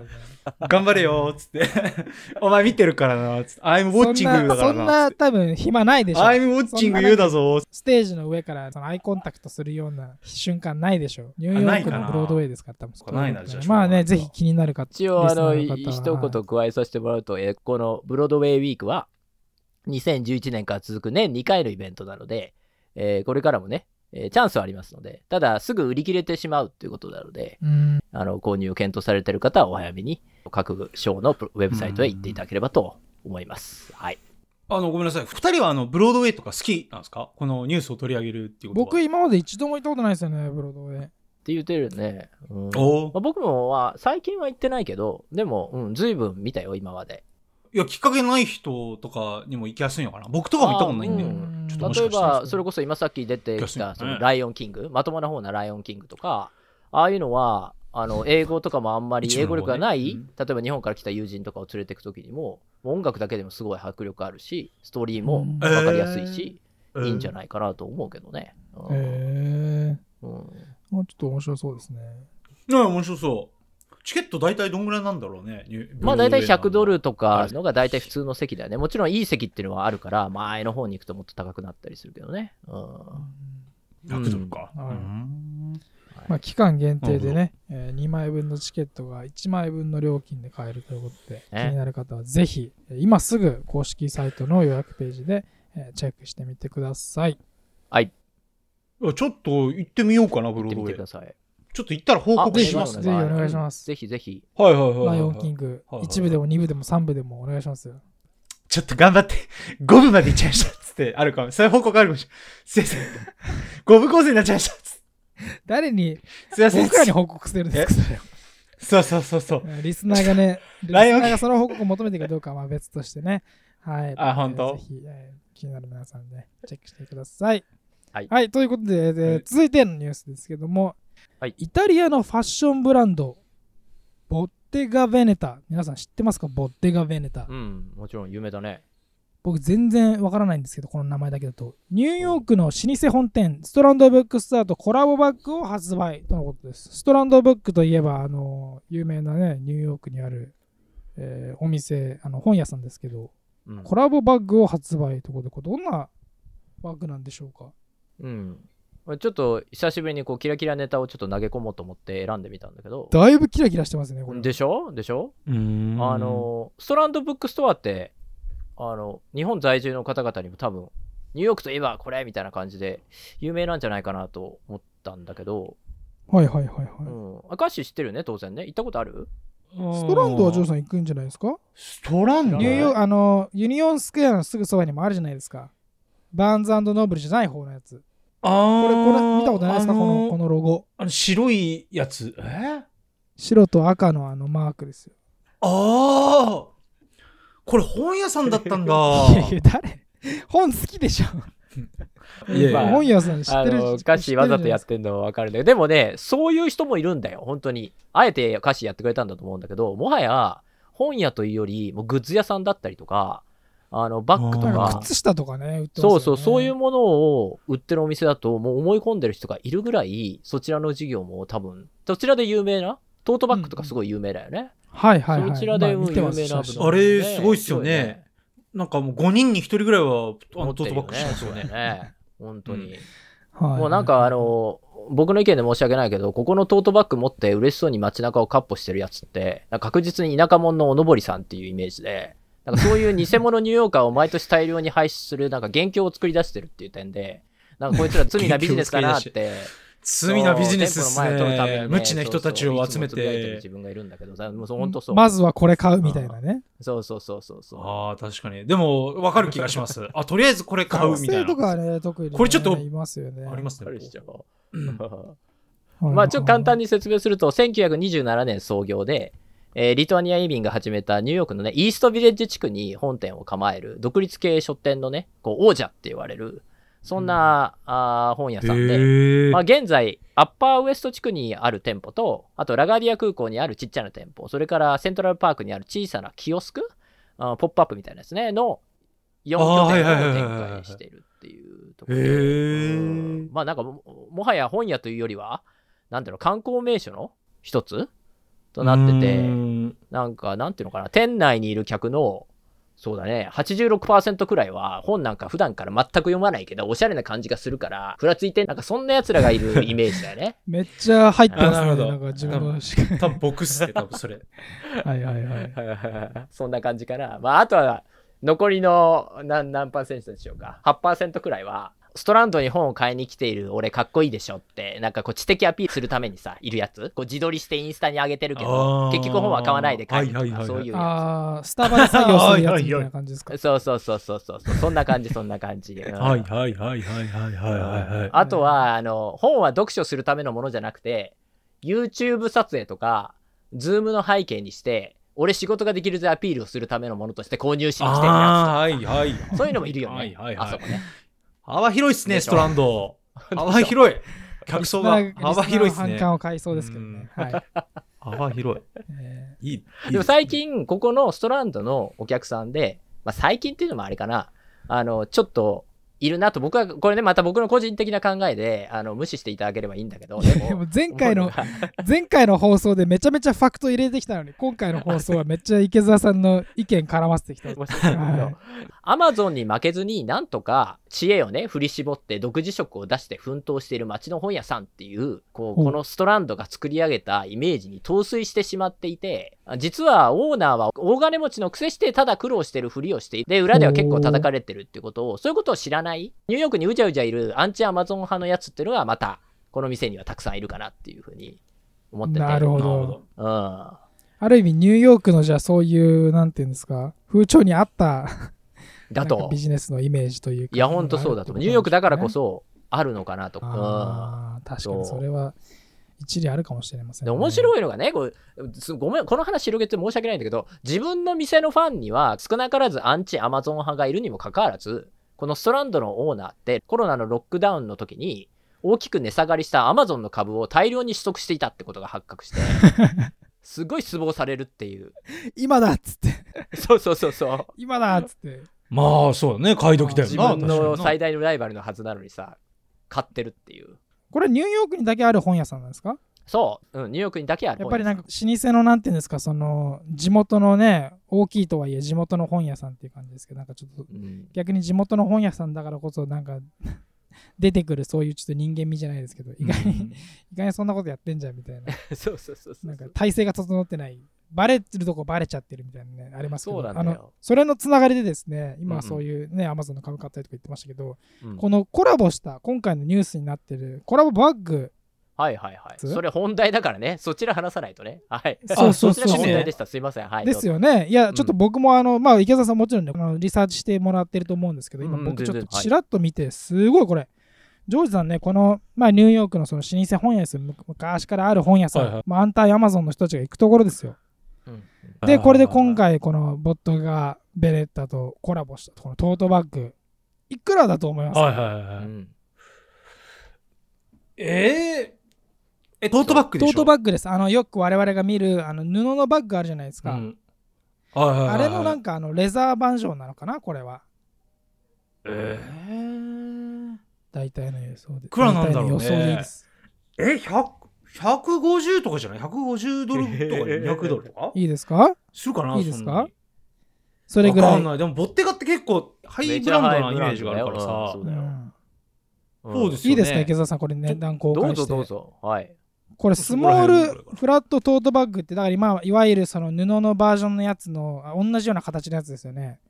Speaker 2: み頑張れよ、つって。 お前見てるからな、つって。I'm
Speaker 1: そん
Speaker 2: watching you だ
Speaker 1: な、
Speaker 2: から
Speaker 1: そん
Speaker 2: な
Speaker 1: な。多分暇ないでしょ。
Speaker 2: I'm watching you だぞ。
Speaker 1: ステージの上からそのアイコンタクトするような瞬間ないでしょ。ニュー
Speaker 2: あ
Speaker 1: ヨ
Speaker 2: な
Speaker 1: ー
Speaker 2: い
Speaker 1: ク
Speaker 2: かな
Speaker 1: のブロードウェイですから、多分
Speaker 2: そうかないなじゃあ
Speaker 1: まあね、
Speaker 2: しょ
Speaker 1: ぜ
Speaker 2: うがない
Speaker 1: ひ気になる方。
Speaker 3: 一応、あの、
Speaker 1: リスナーの
Speaker 3: い
Speaker 1: 方は
Speaker 3: 一言加えさせてもらうと、えーこのブロードウェイウィークは、2011年から続く年2回のイベントなので、えーこれからもね、えーチャンスはありますので、ただ、すぐ売り切れてしまうということなので、
Speaker 1: うん、
Speaker 3: あの、購入を検討されている方はお早めに、各賞のプロウェブサイトへ行っていただければと思います。はい。
Speaker 2: あの、ごめんなさい。二人は、あの、ブロードウェイとか好きなんですかこのニュースを取り上げるっていうこと
Speaker 1: 僕
Speaker 2: は。
Speaker 1: 今まで一度も行ったことないですよね、ブロードウェイ。
Speaker 3: って言ってるね。うん
Speaker 2: お
Speaker 3: まあ、僕もは最近は行ってないけど、でも、うん、随分見たよ、今まで。
Speaker 2: いや、きっかけない人とかにも行きやすいのかな僕とかも行ったことないんで
Speaker 3: あーう。
Speaker 1: ん
Speaker 2: ちょっともし
Speaker 3: 例え
Speaker 2: かしたら
Speaker 3: ば、それこそ今さっき出てき
Speaker 2: 確か
Speaker 3: た、
Speaker 2: に
Speaker 3: そのライオンキング、まともな方なライオンキングとか、ああいうのは、あの英語とかもあんまり
Speaker 2: 一部
Speaker 3: 英
Speaker 2: の方
Speaker 3: 語
Speaker 2: ね
Speaker 3: 力がない、
Speaker 2: うん
Speaker 3: 例えば日本から来た友人とかを連れてくときにも、もう音楽だけでもすごい迫力あるし、ストーリーも分かりやすいし、いいんじゃないかなと思うけどね。うん
Speaker 1: へえ
Speaker 3: うん
Speaker 1: もうちょっと面白そうですね。
Speaker 2: ね面白そう。チケット大体どんぐらいなんだろうね。ニュー
Speaker 3: まあ大体
Speaker 2: ブロ
Speaker 3: 100ド。
Speaker 2: ードウェイの
Speaker 3: ルとかのが大体普通の席だよね。もちろんいい席っていうのはあるから、前の方に行くともっと高くなったりするけどね。うん。
Speaker 2: 100ドルか。
Speaker 1: うん
Speaker 2: うん
Speaker 1: まあ、期間限定でね、え2枚分のチケットが1枚分の料金で買えるということで、気
Speaker 3: ね
Speaker 1: になる方はぜひ、えー今すぐ公式サイトの予約ページで、えーチェックしてみてください。
Speaker 2: いやちょっと行ってみようかな、ブ
Speaker 3: 行
Speaker 2: ロー
Speaker 3: って
Speaker 2: ドウ
Speaker 3: みてく
Speaker 2: ェイ
Speaker 3: だ。さい。
Speaker 2: ちょっと行ったら報
Speaker 3: あ
Speaker 2: 告します
Speaker 1: ぜ
Speaker 2: ね。
Speaker 1: ひお願いします
Speaker 3: ぜひぜひ。
Speaker 2: はいはいはいはいは
Speaker 1: ラ
Speaker 2: い。
Speaker 1: イオンキング、
Speaker 2: はいはい
Speaker 1: 1部でも2部でも3部でもお願いしますよ。
Speaker 2: ちょっと頑張って、5部ま で行っちゃいました。つって、あるかも。そういう報告あるかもしれない。 すいません。5部構成になっちゃいました。つって
Speaker 1: 誰 に、
Speaker 2: すいません。
Speaker 1: 僕らに報告するんですかそれ
Speaker 2: そうそうそうそう。
Speaker 1: は リスナーがね、リスナ
Speaker 2: ライオン
Speaker 1: ーがその報告を求めてるかどうかはまあ別としてね。はい。
Speaker 2: あ本
Speaker 1: えー
Speaker 2: 当
Speaker 1: ぜひ、えー気になる皆さんね、チェックしてください。
Speaker 3: はい
Speaker 1: ということで、で
Speaker 2: はい
Speaker 1: 続いてのニュースですけども、
Speaker 3: はい
Speaker 1: イタリアのファッションブランド、ボッテガ・ヴェネタ。皆さん知ってますかボッテガ・ヴェネタ。
Speaker 3: うん、もちろん有名だね。
Speaker 1: 僕全然わからないんですけどこの名前だけだとニューヨークの老舗本店ストランドブックストアとコラボバッグを発売とのことですストランドブックといえばあの有名なねニューヨークにある、えーお店あの本屋さんですけど
Speaker 3: うん。
Speaker 1: コラボバッグを発売ということでこれどんなバッグなんでしょうか
Speaker 3: うんちょっと久しぶりにこうキラキラネタをちょっと投げ込もうと思って選んでみたんだけど。
Speaker 1: だいぶキラキラしてますねこれ
Speaker 3: でしょでしょ
Speaker 2: うん
Speaker 3: あ、の、ストランドブックストアって、あの、日本在住の方々にも多分、ニューヨークといえばこれみたいな感じで有名なんじゃないかなと思ったんだけど、
Speaker 1: はいはいはいはい、
Speaker 3: うん。あ、ガッシー知ってるね、当然ね。行ったことある
Speaker 1: ストランドはジョー
Speaker 2: ん。
Speaker 1: さん行くんじゃないですか
Speaker 2: ストランド
Speaker 1: ニューヨークあのユニオンスクエアのすぐそばにもあるじゃないですかバーンズノーブルじゃない方のやつ
Speaker 2: あ
Speaker 1: これこ
Speaker 2: ー
Speaker 1: れ見たことないですか
Speaker 2: あ
Speaker 1: こ
Speaker 2: ー
Speaker 1: のこのロゴ
Speaker 2: あの白いやつ。えー
Speaker 1: 白と赤のあのマークですよ。
Speaker 2: ああこれ本屋さんだったんだ。
Speaker 1: いやいや誰本好きでしょ。
Speaker 2: いやいや
Speaker 1: 本屋さん知っ
Speaker 3: あ
Speaker 1: てる
Speaker 3: の、歌詞わざとやっ
Speaker 1: 知
Speaker 3: てんのはわかるんだけど、でもね、そういう人もいるんだよ、本当に。あえて歌詞やってくれたんだと思うんだけど、もはや、本屋というより、もうグッズ屋さんだったりとか、あの、バッグ
Speaker 1: る
Speaker 3: と
Speaker 1: じゃないですかなん
Speaker 2: あ
Speaker 1: か
Speaker 3: か、
Speaker 1: 靴下とかね、売ってますよね
Speaker 3: そうそう、そういう。ものを売ってるお店だと、もう思い込んでる人がいるぐらい、そちらの事業も多分、そちらで有名な、トートバッグとかすごい有名だよね。
Speaker 1: はいはいはい。
Speaker 3: そちらで
Speaker 1: まあ見てます
Speaker 3: 有名な
Speaker 1: 写真
Speaker 2: あれすごいっすよ
Speaker 3: そう
Speaker 2: ね
Speaker 3: ね。
Speaker 2: なんかもう5人に1人ぐらいは、あの、
Speaker 3: 持って
Speaker 2: トー
Speaker 3: る
Speaker 2: ト
Speaker 3: よ
Speaker 2: バッグして
Speaker 3: ね
Speaker 2: ます
Speaker 3: そ
Speaker 2: よ
Speaker 3: うだ
Speaker 2: ね
Speaker 3: よ。ね。本当に。
Speaker 1: はい
Speaker 3: もうなんかあ、の、僕の意見で申し訳ないけど、ここのトートバッグ持って嬉しそうに街中をカッポしてるやつって、なんか確実に田舎者のおのぼりさんっていうイメージで、なんかそういう偽物ニューヨーカーを毎年大量に排出する、なんか元凶を作り出してるっていう点で、なんかこいつら罪なビジネスかなっ
Speaker 2: 結
Speaker 3: て。
Speaker 2: 罪なビジネスです
Speaker 3: そう店舗の前を取るた
Speaker 2: ね。
Speaker 3: めにね
Speaker 2: 無知な人たちを集め
Speaker 3: そうそういつもつぶやいる
Speaker 2: て
Speaker 3: 自。分がいるんだけどさ、もうそう本当そう。
Speaker 1: まずはこれ買うみたいなね。
Speaker 3: そうそうそうそうそう。
Speaker 2: ああ、確かに。でも、わかる気がします。あ、とりあえずこれ買うみたい
Speaker 1: 学生とか
Speaker 2: な。
Speaker 1: はね、特にね、
Speaker 2: これちょっと
Speaker 1: いますよね。
Speaker 2: あります
Speaker 3: あ
Speaker 2: ね
Speaker 3: れ。しちゃおう
Speaker 1: はい
Speaker 3: まあちょっと簡単に説明すると、1927年創業で、えーリトアニア移民が始めたニューヨークのね、イーストビレッジ地区に本店を構える、独立系書店のね、こう王者って言われる、そんな、あー本屋さんで、
Speaker 2: へえ
Speaker 3: まあ、現在、アッパーウエスト地区にある店舗と、あとラガーディア空港にあるちっちゃな店舗、それからセントラルパークにある小さなキオスク、あーポップアップみたいなですね、の4拠
Speaker 2: あーはいはいはいはい
Speaker 3: 点を
Speaker 2: はい
Speaker 3: 展開しているっていうところで、
Speaker 2: へ
Speaker 3: う
Speaker 2: え
Speaker 3: ん。まあなんかももはや本屋というよりは、なんていうの、観光名所の一つとなって
Speaker 2: う
Speaker 3: て、
Speaker 2: ん
Speaker 3: なんかなんていうのかな、店内にいる客の、そうだね、86%くらいは本なんか普段から全く読まないけど、おしゃれな感じがするから、ふらついて、なんかそんな奴らがい るイメージだよね。
Speaker 1: めっちゃ入ってます
Speaker 2: あなる
Speaker 1: ね。な
Speaker 2: ほど
Speaker 1: んか自分の視界。
Speaker 2: 多分僕っすね、多分それ。
Speaker 1: はいはいはい。
Speaker 3: そんな感じかな。まああとは、残りの何何パーセントでしょうか。8%くらいは、ストランドに本を買いに来ている俺かっこいいでしょって、なんかこう知的アピールするためにさ、いるやつ。こう自撮りしてインスタに上げてるけど
Speaker 2: あ、ー
Speaker 3: 結局本は買わないで買いに来
Speaker 2: はい
Speaker 3: る
Speaker 2: はいはいはい
Speaker 3: そういうや
Speaker 1: ああ、スタバで作業するやつみたいな感じですか
Speaker 3: つ。。そうそうそうそうそう。そんな感じ、そんな感じ。うん
Speaker 2: はいはいはいはいはいはいはいはい。
Speaker 3: あとは、あの、本は読書するためのものじゃなくて、YouTube 撮影とか、Zoom の背景にして、俺仕事ができるぜアピールをするためのものとして購入しに来てる
Speaker 2: ああ、
Speaker 3: や
Speaker 2: はいはい。
Speaker 3: つとか。そういうのもいるよね。
Speaker 2: はいはいはい
Speaker 3: あそこね。
Speaker 2: 幅広いっすね、
Speaker 3: でし
Speaker 2: ス
Speaker 3: ょ
Speaker 2: トランド。幅広い。客層が
Speaker 1: リスナー
Speaker 2: 幅広いっす
Speaker 1: リスナーの反
Speaker 2: ね。
Speaker 1: 感を買いそうですけどね。はい。
Speaker 2: 幅広い。
Speaker 1: え
Speaker 2: いい。
Speaker 3: でも最近、ここのストランドのお客さんで、まあ最近っていうのもあれかな、あの、ちょっと、いるなと僕は、これね、また僕の個人的な考えで、あの、無視していただければいいんだ けど、で
Speaker 1: ーでも
Speaker 3: も、
Speaker 1: 前回の
Speaker 3: 思うが。
Speaker 1: 前回の放送でめちゃめちゃファクト入れてきたのに今回の放送はめっちゃ池澤さんの意見絡ませてきた
Speaker 3: 面 白いんだけど
Speaker 1: はい
Speaker 3: アマゾンに負けずになんとか知恵をね振り絞って独自色を出して奮闘している町の本屋さんっていうこ
Speaker 1: ほ
Speaker 3: う
Speaker 1: う
Speaker 3: このストランドが作り上げたイメージに陶酔してしまっていて実はオーナーは大金持ちの癖してただ苦労してるふりをしていて裏では結構叩かれてるってことをそういうことを知らないニューヨークにうじゃうじゃいるアンチアマゾン派のやつっていうのはまたこの店にはたくさんいるかなっていうふうに思ってて
Speaker 1: なるほ
Speaker 2: なる
Speaker 1: ど
Speaker 2: ほど。
Speaker 3: うん
Speaker 1: ある意味ニューヨークのじゃあそういうなんていうんですか風潮に合った
Speaker 3: だ
Speaker 1: なんか
Speaker 3: と
Speaker 1: ビジネスのイメージというか。
Speaker 3: いやほんとそうだと思うニューヨークだからこそあるのかなとうん
Speaker 1: あー。確かにそれは一理あるかもしれません
Speaker 3: で
Speaker 1: ね、
Speaker 3: 面白いのがねこうすごめんこの話広げて申し訳ないんだけど自分の店のファンには少なからずアンチアマゾン派がいるにもかかわらずこのストランドのオーナーってコロナのロックダウンの時に大きく値下がりしたアマゾンの株を大量に取得していたってことが発 覚してすごい失望されるっていう
Speaker 1: 今だっつって
Speaker 3: そうそうそうそう
Speaker 1: 今だっつって
Speaker 2: まあ、そうだね。買い時だよ
Speaker 3: 自
Speaker 2: な。
Speaker 3: 分の
Speaker 2: 確か
Speaker 3: 最
Speaker 2: にな
Speaker 3: 大のライバルのはずなのにさ買ってるっていう
Speaker 1: これニューヨークにだけある本屋さんなんですか
Speaker 3: そう、うん、ニューヨークにだけある
Speaker 1: やっぱりなんか老舗のなんていうんですかその地元のね大きいとはいえ地元の本屋さんっていう感じですけどなんかちょっと
Speaker 3: うん
Speaker 1: 逆に地元の本屋さんだからこそなんか 出てくるそういうちょっと人間味じゃないですけど意外に、
Speaker 2: うん
Speaker 1: 意外にそんなことやってんじゃんみたいな
Speaker 3: そうそうそうそう
Speaker 1: なんか体制が整ってないバレてるとこバレちゃってるみたいなねありますけど
Speaker 3: そうなんだ
Speaker 1: あ
Speaker 3: よ
Speaker 1: のそれのつながりでですね今
Speaker 2: うんう
Speaker 1: は
Speaker 2: ん
Speaker 1: そういうね、Amazon の株買ったりとか言ってましたけど、
Speaker 3: うん
Speaker 1: このコラボした今回のニュースになってるコラボバッグ
Speaker 3: はいはいはい。
Speaker 1: つ
Speaker 3: それ本題だからね。そちら話さないとね。はい。
Speaker 1: そうそうそう
Speaker 3: ちらが本題でした。すいません。はい。
Speaker 1: です
Speaker 3: よ。
Speaker 1: よね。いや、
Speaker 3: ん
Speaker 1: ちょっと僕もあの、まあ、池澤さんもちろんね、あのリサーチしてもらってると思うんですけど、今
Speaker 3: うん
Speaker 1: 僕ちょっ
Speaker 3: 全
Speaker 1: と
Speaker 3: 然
Speaker 1: ちらっと見て、すごいこれ、ジョージさんね、この、まあ、ニューヨークのその老舗本屋ですよ。む昔からある本屋さん、
Speaker 2: はいはい
Speaker 1: まあ、アンタイアマゾンの人たちが行くところですよ。
Speaker 3: うん
Speaker 1: で、これで今。回、このボットがベレッタとコラボした、このトートバッグ、いくらだと思いますか、
Speaker 2: はいはいは
Speaker 3: う
Speaker 2: いはい。
Speaker 3: ん
Speaker 2: えーえ、トートバッグ
Speaker 1: ト
Speaker 2: でし
Speaker 1: ー
Speaker 2: ょ
Speaker 1: トバッグです。あの、よく我々が見る、あの、布のバッグあるじゃないですか。
Speaker 2: うんはいはいはいはい。
Speaker 1: あれのなん
Speaker 2: か。
Speaker 1: か、あの、レザーバージョンなのかな、これは。
Speaker 2: え
Speaker 1: 大体の予想で。い
Speaker 2: くらなんだろうね
Speaker 1: 予想でいいです。
Speaker 2: ー、100 150とかじゃない ?150 ドルとか200ドルとか
Speaker 1: いいですか
Speaker 2: するかない
Speaker 1: いですか
Speaker 2: そんなに
Speaker 1: それぐら
Speaker 2: わ
Speaker 1: い。
Speaker 2: かんない。でも、ボッテガって結構ハイブランドなイメージがあるからさ。
Speaker 3: めっちゃハイブランドだようんそ
Speaker 1: う
Speaker 3: うだよ
Speaker 1: ん
Speaker 2: そうですよね。
Speaker 1: いいですか、池澤さん、これ値段公
Speaker 3: どう
Speaker 1: 開し
Speaker 3: ぞ
Speaker 1: て。
Speaker 3: どうぞ。はい。
Speaker 1: これ、スモー
Speaker 2: そこら辺のこれ
Speaker 1: ル
Speaker 2: から
Speaker 1: フラットトートバッグって、だから今、いわゆるその布のバージョンのやつの、あ同じような形のやつですよね。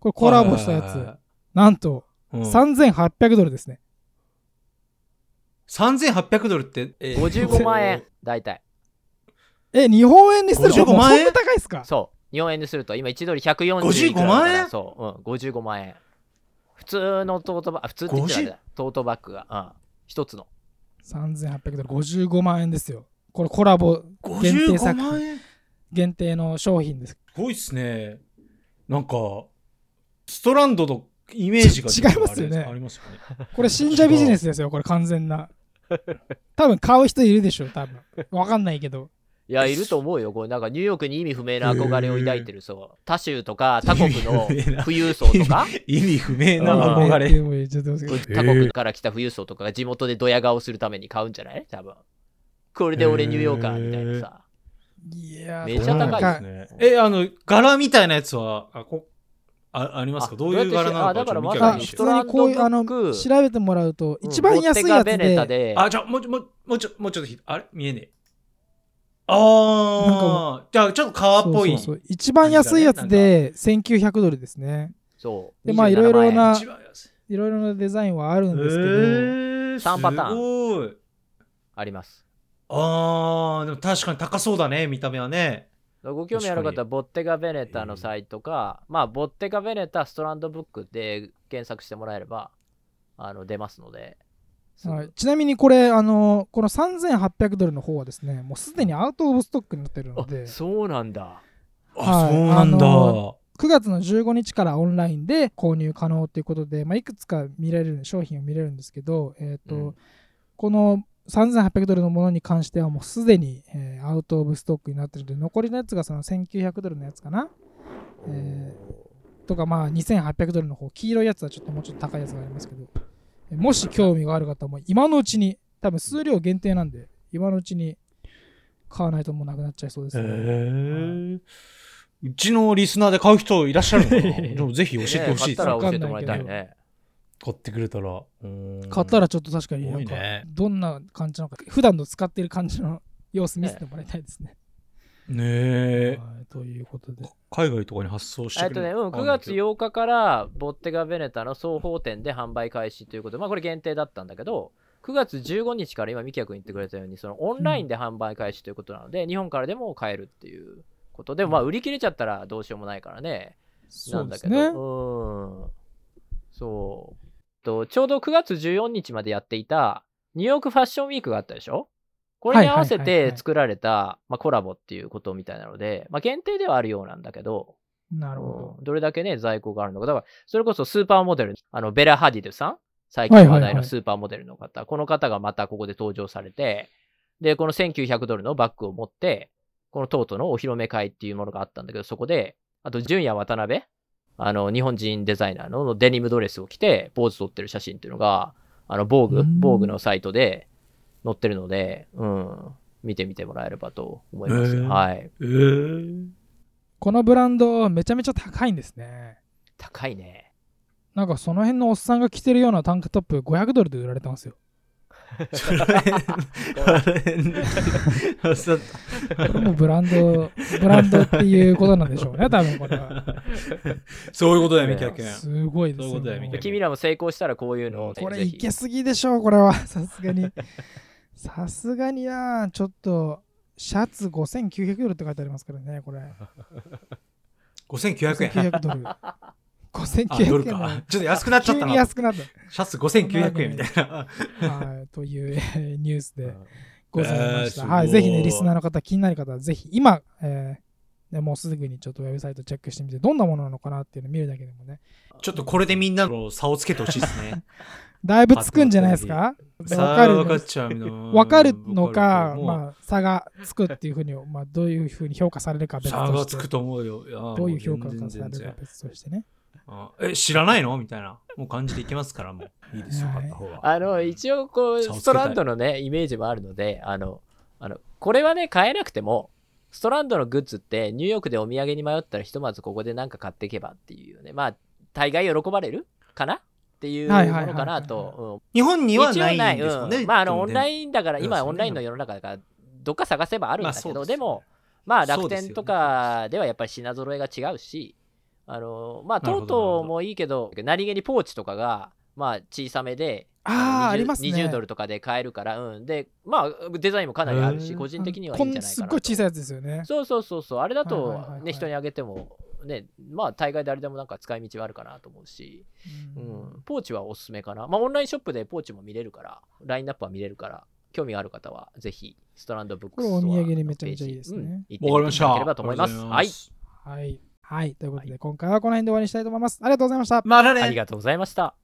Speaker 1: これ、コラボしたやつ、なんと、
Speaker 2: つ
Speaker 1: 3800ドルですね。
Speaker 2: 3800ドルって、えー
Speaker 3: 55万円。大体
Speaker 1: え、日本円にすると
Speaker 2: 55
Speaker 1: もう
Speaker 2: 万
Speaker 1: そ
Speaker 2: 円
Speaker 1: んな高いですか
Speaker 3: そう日本円にすると今1ドル140
Speaker 2: 55万円
Speaker 3: そう、うん、55万円普通のトートバッグ普通って言っちゃダメだトートバッグが、うん、一つの
Speaker 1: ?3800 ドル、55万円ですよ。これコラボ限定
Speaker 2: 55
Speaker 1: 作
Speaker 2: 万
Speaker 1: 品、
Speaker 2: 円
Speaker 1: 限定の商品です。
Speaker 2: すごいっすね。なんか、ストランドのイメージが
Speaker 1: 違いますよね
Speaker 2: あれありますよね。
Speaker 1: これ信者ビジネスですよ、これ完全な。多分買う人いるでしょ、多分。わかんないけど。
Speaker 3: いやいると思うよこれなんかニューヨークに意味不明な憧れを抱いてるそう他州とか他国の
Speaker 2: 意味不明な
Speaker 3: 富裕層とか
Speaker 2: 意味不明
Speaker 3: な
Speaker 2: な
Speaker 3: あ
Speaker 2: 憧
Speaker 1: えーゲ
Speaker 2: れ。
Speaker 1: ームちょっと待ってください
Speaker 3: 他国から来た富裕層とかが地元でドヤ顔するために買うんじゃない多分これで俺ニューヨーカーみたいなさ、
Speaker 1: いやー
Speaker 3: めちゃ高いです
Speaker 2: ね。え、あの、柄みたいなやつは、あ、こあありますか
Speaker 3: あ
Speaker 2: どういう柄なのか。
Speaker 3: だってあだからま
Speaker 1: あ
Speaker 3: さ
Speaker 1: 普
Speaker 3: に
Speaker 2: ち
Speaker 1: 通
Speaker 2: ょっと見てみましょう
Speaker 1: にこういうあの
Speaker 3: ストランドブック
Speaker 1: 調べてもらうと
Speaker 3: うん
Speaker 1: 一番安いやつ
Speaker 3: ボッテガベレタ
Speaker 1: で
Speaker 3: で
Speaker 2: あ、じゃあ、もうちょ、もうもうちょ、もうちょっとひ、あれ見えねえ。ああ、じゃあ、ちょっと革っぽい。
Speaker 1: そうそうそう一番安いやつで1900ドルですね
Speaker 3: そう
Speaker 1: でまあいろいろな
Speaker 2: 一番安い
Speaker 1: いろいろなデザインはあるんですけど、
Speaker 2: えー、
Speaker 3: 3パターン
Speaker 2: すごい。
Speaker 3: あります
Speaker 2: あー、でも確かに高そうだね、見た目はね。
Speaker 3: ご興味ある
Speaker 2: 確
Speaker 3: 方
Speaker 2: か
Speaker 3: はボッテガ・ベネタのサイトか、まあボッテガ・ベネタストランドブックで検索してもらえればあの出ますので、すぐ
Speaker 1: はい、ちなみにこれあのこの3800ドルの方はですねもうすでにアウト・オブ・ストックになってるの
Speaker 3: あ
Speaker 1: で
Speaker 3: そうなんだ
Speaker 1: は
Speaker 2: あ、
Speaker 1: い
Speaker 2: そうなんだ。
Speaker 1: あの9月の15日からオンラインで購入可能ということで、まあ、いくつか見れる商品を見れるんですけど、えーと
Speaker 3: うん
Speaker 1: この3800ドルのものに関してはもうすでに、えーアウト・オブ・ストックになってるので残りのやつがその1900ドルのやつかなえーとかまあ2800ドルの方黄色いやつはちょっともうちょっと高いやつがありますけどえもし興味がある方はもう今のうちに多分数量限定なんで今のうちに買わないともうなくなっちゃいそうです
Speaker 2: え
Speaker 1: ね、
Speaker 2: ー、うちのリスナーで買う人いらっしゃるのか なでもぜひ教えてほしいです
Speaker 3: ね買った
Speaker 2: ね
Speaker 3: ら教えてもらいたい
Speaker 1: わかんな
Speaker 3: ね
Speaker 2: 買ってくれたら。うん
Speaker 1: 買ったらちょっと確かになんか
Speaker 2: 多いね
Speaker 1: どんな感じなのか普段の使ってる感じの 様子見せてもらいたいですね。
Speaker 2: ね
Speaker 1: はい
Speaker 2: え、
Speaker 1: ということで。
Speaker 2: 海外とかに発送して
Speaker 3: えっ
Speaker 2: く
Speaker 3: と
Speaker 2: れ
Speaker 3: ね、
Speaker 2: る
Speaker 3: うん、9月8日からボッテガ・ベネタの双方店で販売開始ということで、まあ、これ限定だったんだけど、9月15日から今、ミキヤ君言ってくれたように、そのオンラインで販売開始ということなので、日本からでも買えるっていうことで、まあ、売り切れちゃったらどうしようもないからね、
Speaker 1: そ
Speaker 3: な
Speaker 1: うんで
Speaker 3: だ
Speaker 1: す
Speaker 3: けど、
Speaker 1: ね。
Speaker 3: うん、そうと、ちょうど9月14日までやっていた、ニューヨークファッションウィークがあったでしょこれに合わせ
Speaker 1: はいはいはい
Speaker 3: て
Speaker 1: はい
Speaker 3: 作られた、まあ、コラボっていうことみたいなので、まあ、限定ではあるようなんだけど、
Speaker 1: なるほ
Speaker 3: うんどれだけね、在庫があるのか。だから、それこそスーパーモデル、あの、ベラ・ハディドゥさん、最近話題のスーパーモデルの方、この方がまたここで登場されて、で、この1900ドルのバッグを持って、このトートのお披露目会っていうものがあったんだけど、そこで、あと、純也渡辺、あの、日本人デザイナーのデニムドレスを着て、ポーズ撮ってる写真っていうのが、あの、防具
Speaker 1: うん、
Speaker 3: 防具のサイトで載ってるので、うん、見てみてもらえればと思います。
Speaker 2: へー
Speaker 3: はい。
Speaker 2: えー、
Speaker 1: ど。このブランドめちゃめちゃ高いんですね。
Speaker 3: 高いね。
Speaker 1: なんかその辺のおっさんが着てるようなタンクトップ500ドルで売られてますよ。
Speaker 2: それ、あれあそう
Speaker 1: これもブランド、 ブランドっていうことなんでしょうね、多分これは。
Speaker 2: そういうことだよ、ミキヤ君。
Speaker 1: すごいです
Speaker 2: そ
Speaker 1: よ
Speaker 2: ういうことだよみたいな
Speaker 3: 君らも成功したらこういうのをね、
Speaker 1: これ
Speaker 3: ぜ
Speaker 1: い
Speaker 3: ひ
Speaker 1: けすぎでしょう、これは。さすがに。さすがにな、ちょっと、シャツ5900ドルって書いてありますからね、これ。
Speaker 2: 5900円。
Speaker 1: 5900ドル。
Speaker 2: あ、ドル
Speaker 1: 5900円な
Speaker 2: か
Speaker 1: の。。
Speaker 2: ちょっと安くなっちゃ
Speaker 1: 急
Speaker 2: った
Speaker 1: に
Speaker 2: な。
Speaker 1: 安くなっ
Speaker 2: シャツ5900円みたいな。
Speaker 1: た。はい、という、えーニュースでございました。
Speaker 2: えー
Speaker 1: はい、
Speaker 2: すご
Speaker 1: ぜ
Speaker 2: い
Speaker 1: ひね、リスナーの方、気になる方は、ぜひ今、えーねもうすぐにちょっとウェブサイトチェックしてみて、どんなものなのかなっていうのを見るだけでもね、
Speaker 2: ちょっとこれでみんなの差をつけてほしいですね。
Speaker 1: だいぶつくんじゃないですか
Speaker 2: さ
Speaker 1: わか
Speaker 2: あ
Speaker 1: る
Speaker 2: 分かっちゃうの。
Speaker 1: わかるのか、
Speaker 2: もう
Speaker 1: まあ、差がつくっていうふうに、まあ、どういうふうに評価されるか別
Speaker 2: 差が
Speaker 1: と
Speaker 2: つ
Speaker 1: し
Speaker 2: く
Speaker 1: て、
Speaker 2: と思うよ。いやも
Speaker 1: どういう評価
Speaker 2: 全
Speaker 1: がされ
Speaker 2: 然
Speaker 1: る
Speaker 2: 全
Speaker 1: か
Speaker 2: 然
Speaker 1: 別としてね。
Speaker 2: あえ、知らないのみたいな。もう感じでいけますから、もう。いいですよ、買った方は。
Speaker 3: あの、一応こう、
Speaker 2: 差をつけたい
Speaker 3: ストランドのね、イメージもあるので、あの、あの、これはね、買えなくても、ストランドのグッズって、ニューヨークでお土産に迷ったら、ひとまずここで何か買っていけばっていうね、まあ、大概喜ばれるかなっていうも
Speaker 1: はいはいはい
Speaker 3: のかなと。
Speaker 2: 日本
Speaker 3: うん
Speaker 2: にはないんです
Speaker 3: う
Speaker 2: もんね。
Speaker 3: まあ、あの、
Speaker 2: 多
Speaker 3: オ
Speaker 2: 分
Speaker 3: ン
Speaker 2: ね
Speaker 3: ラインだから、
Speaker 2: そうです
Speaker 3: 今、
Speaker 2: よね
Speaker 3: オンラインの世の中だから、どっか探せばあるんだけ
Speaker 2: ま
Speaker 3: ど、
Speaker 2: あ
Speaker 3: でも、まあ
Speaker 2: そ
Speaker 3: 楽
Speaker 2: うですよ
Speaker 3: 天とかではやっぱり品揃えが違うし、あのまあ
Speaker 2: なる
Speaker 3: ト
Speaker 2: ほど
Speaker 3: ートもいいけど、何気にポーチとかがまあ小さめで
Speaker 1: あー
Speaker 3: の20
Speaker 1: ありますね
Speaker 3: 20ドルとかで買えるから、うん、でまあデザインもかなりある
Speaker 2: へ
Speaker 3: し
Speaker 2: ー
Speaker 3: 個人的には
Speaker 1: あ
Speaker 3: い
Speaker 1: の
Speaker 3: いんじゃ
Speaker 1: こ
Speaker 3: ない
Speaker 1: す
Speaker 3: か
Speaker 1: っ
Speaker 3: な
Speaker 1: ごい小さい
Speaker 3: い
Speaker 1: やつですよね。
Speaker 3: そうそうそうそうあれだと、
Speaker 1: は
Speaker 3: ね
Speaker 1: いはいはいはい
Speaker 3: 人にあげてもねまあ大概誰でもなんか使い道はあるかなと思うし、う
Speaker 1: うん
Speaker 3: ん、ポーチはおすすめかなまあオンラインショップでポーチも見れるからラインナップは見れるから興味がある方はぜひストランドブックス
Speaker 1: これお土産に
Speaker 3: の
Speaker 1: めちゃめちゃいい
Speaker 3: ページ
Speaker 1: ですね
Speaker 3: うん行ってみて
Speaker 2: わかりました。
Speaker 3: いただければと思いますはい
Speaker 1: はい。はい。ということで、今回はこの辺で終わりにしたいと思います。ありがとうございました。
Speaker 2: まだね。
Speaker 3: ありがとうございました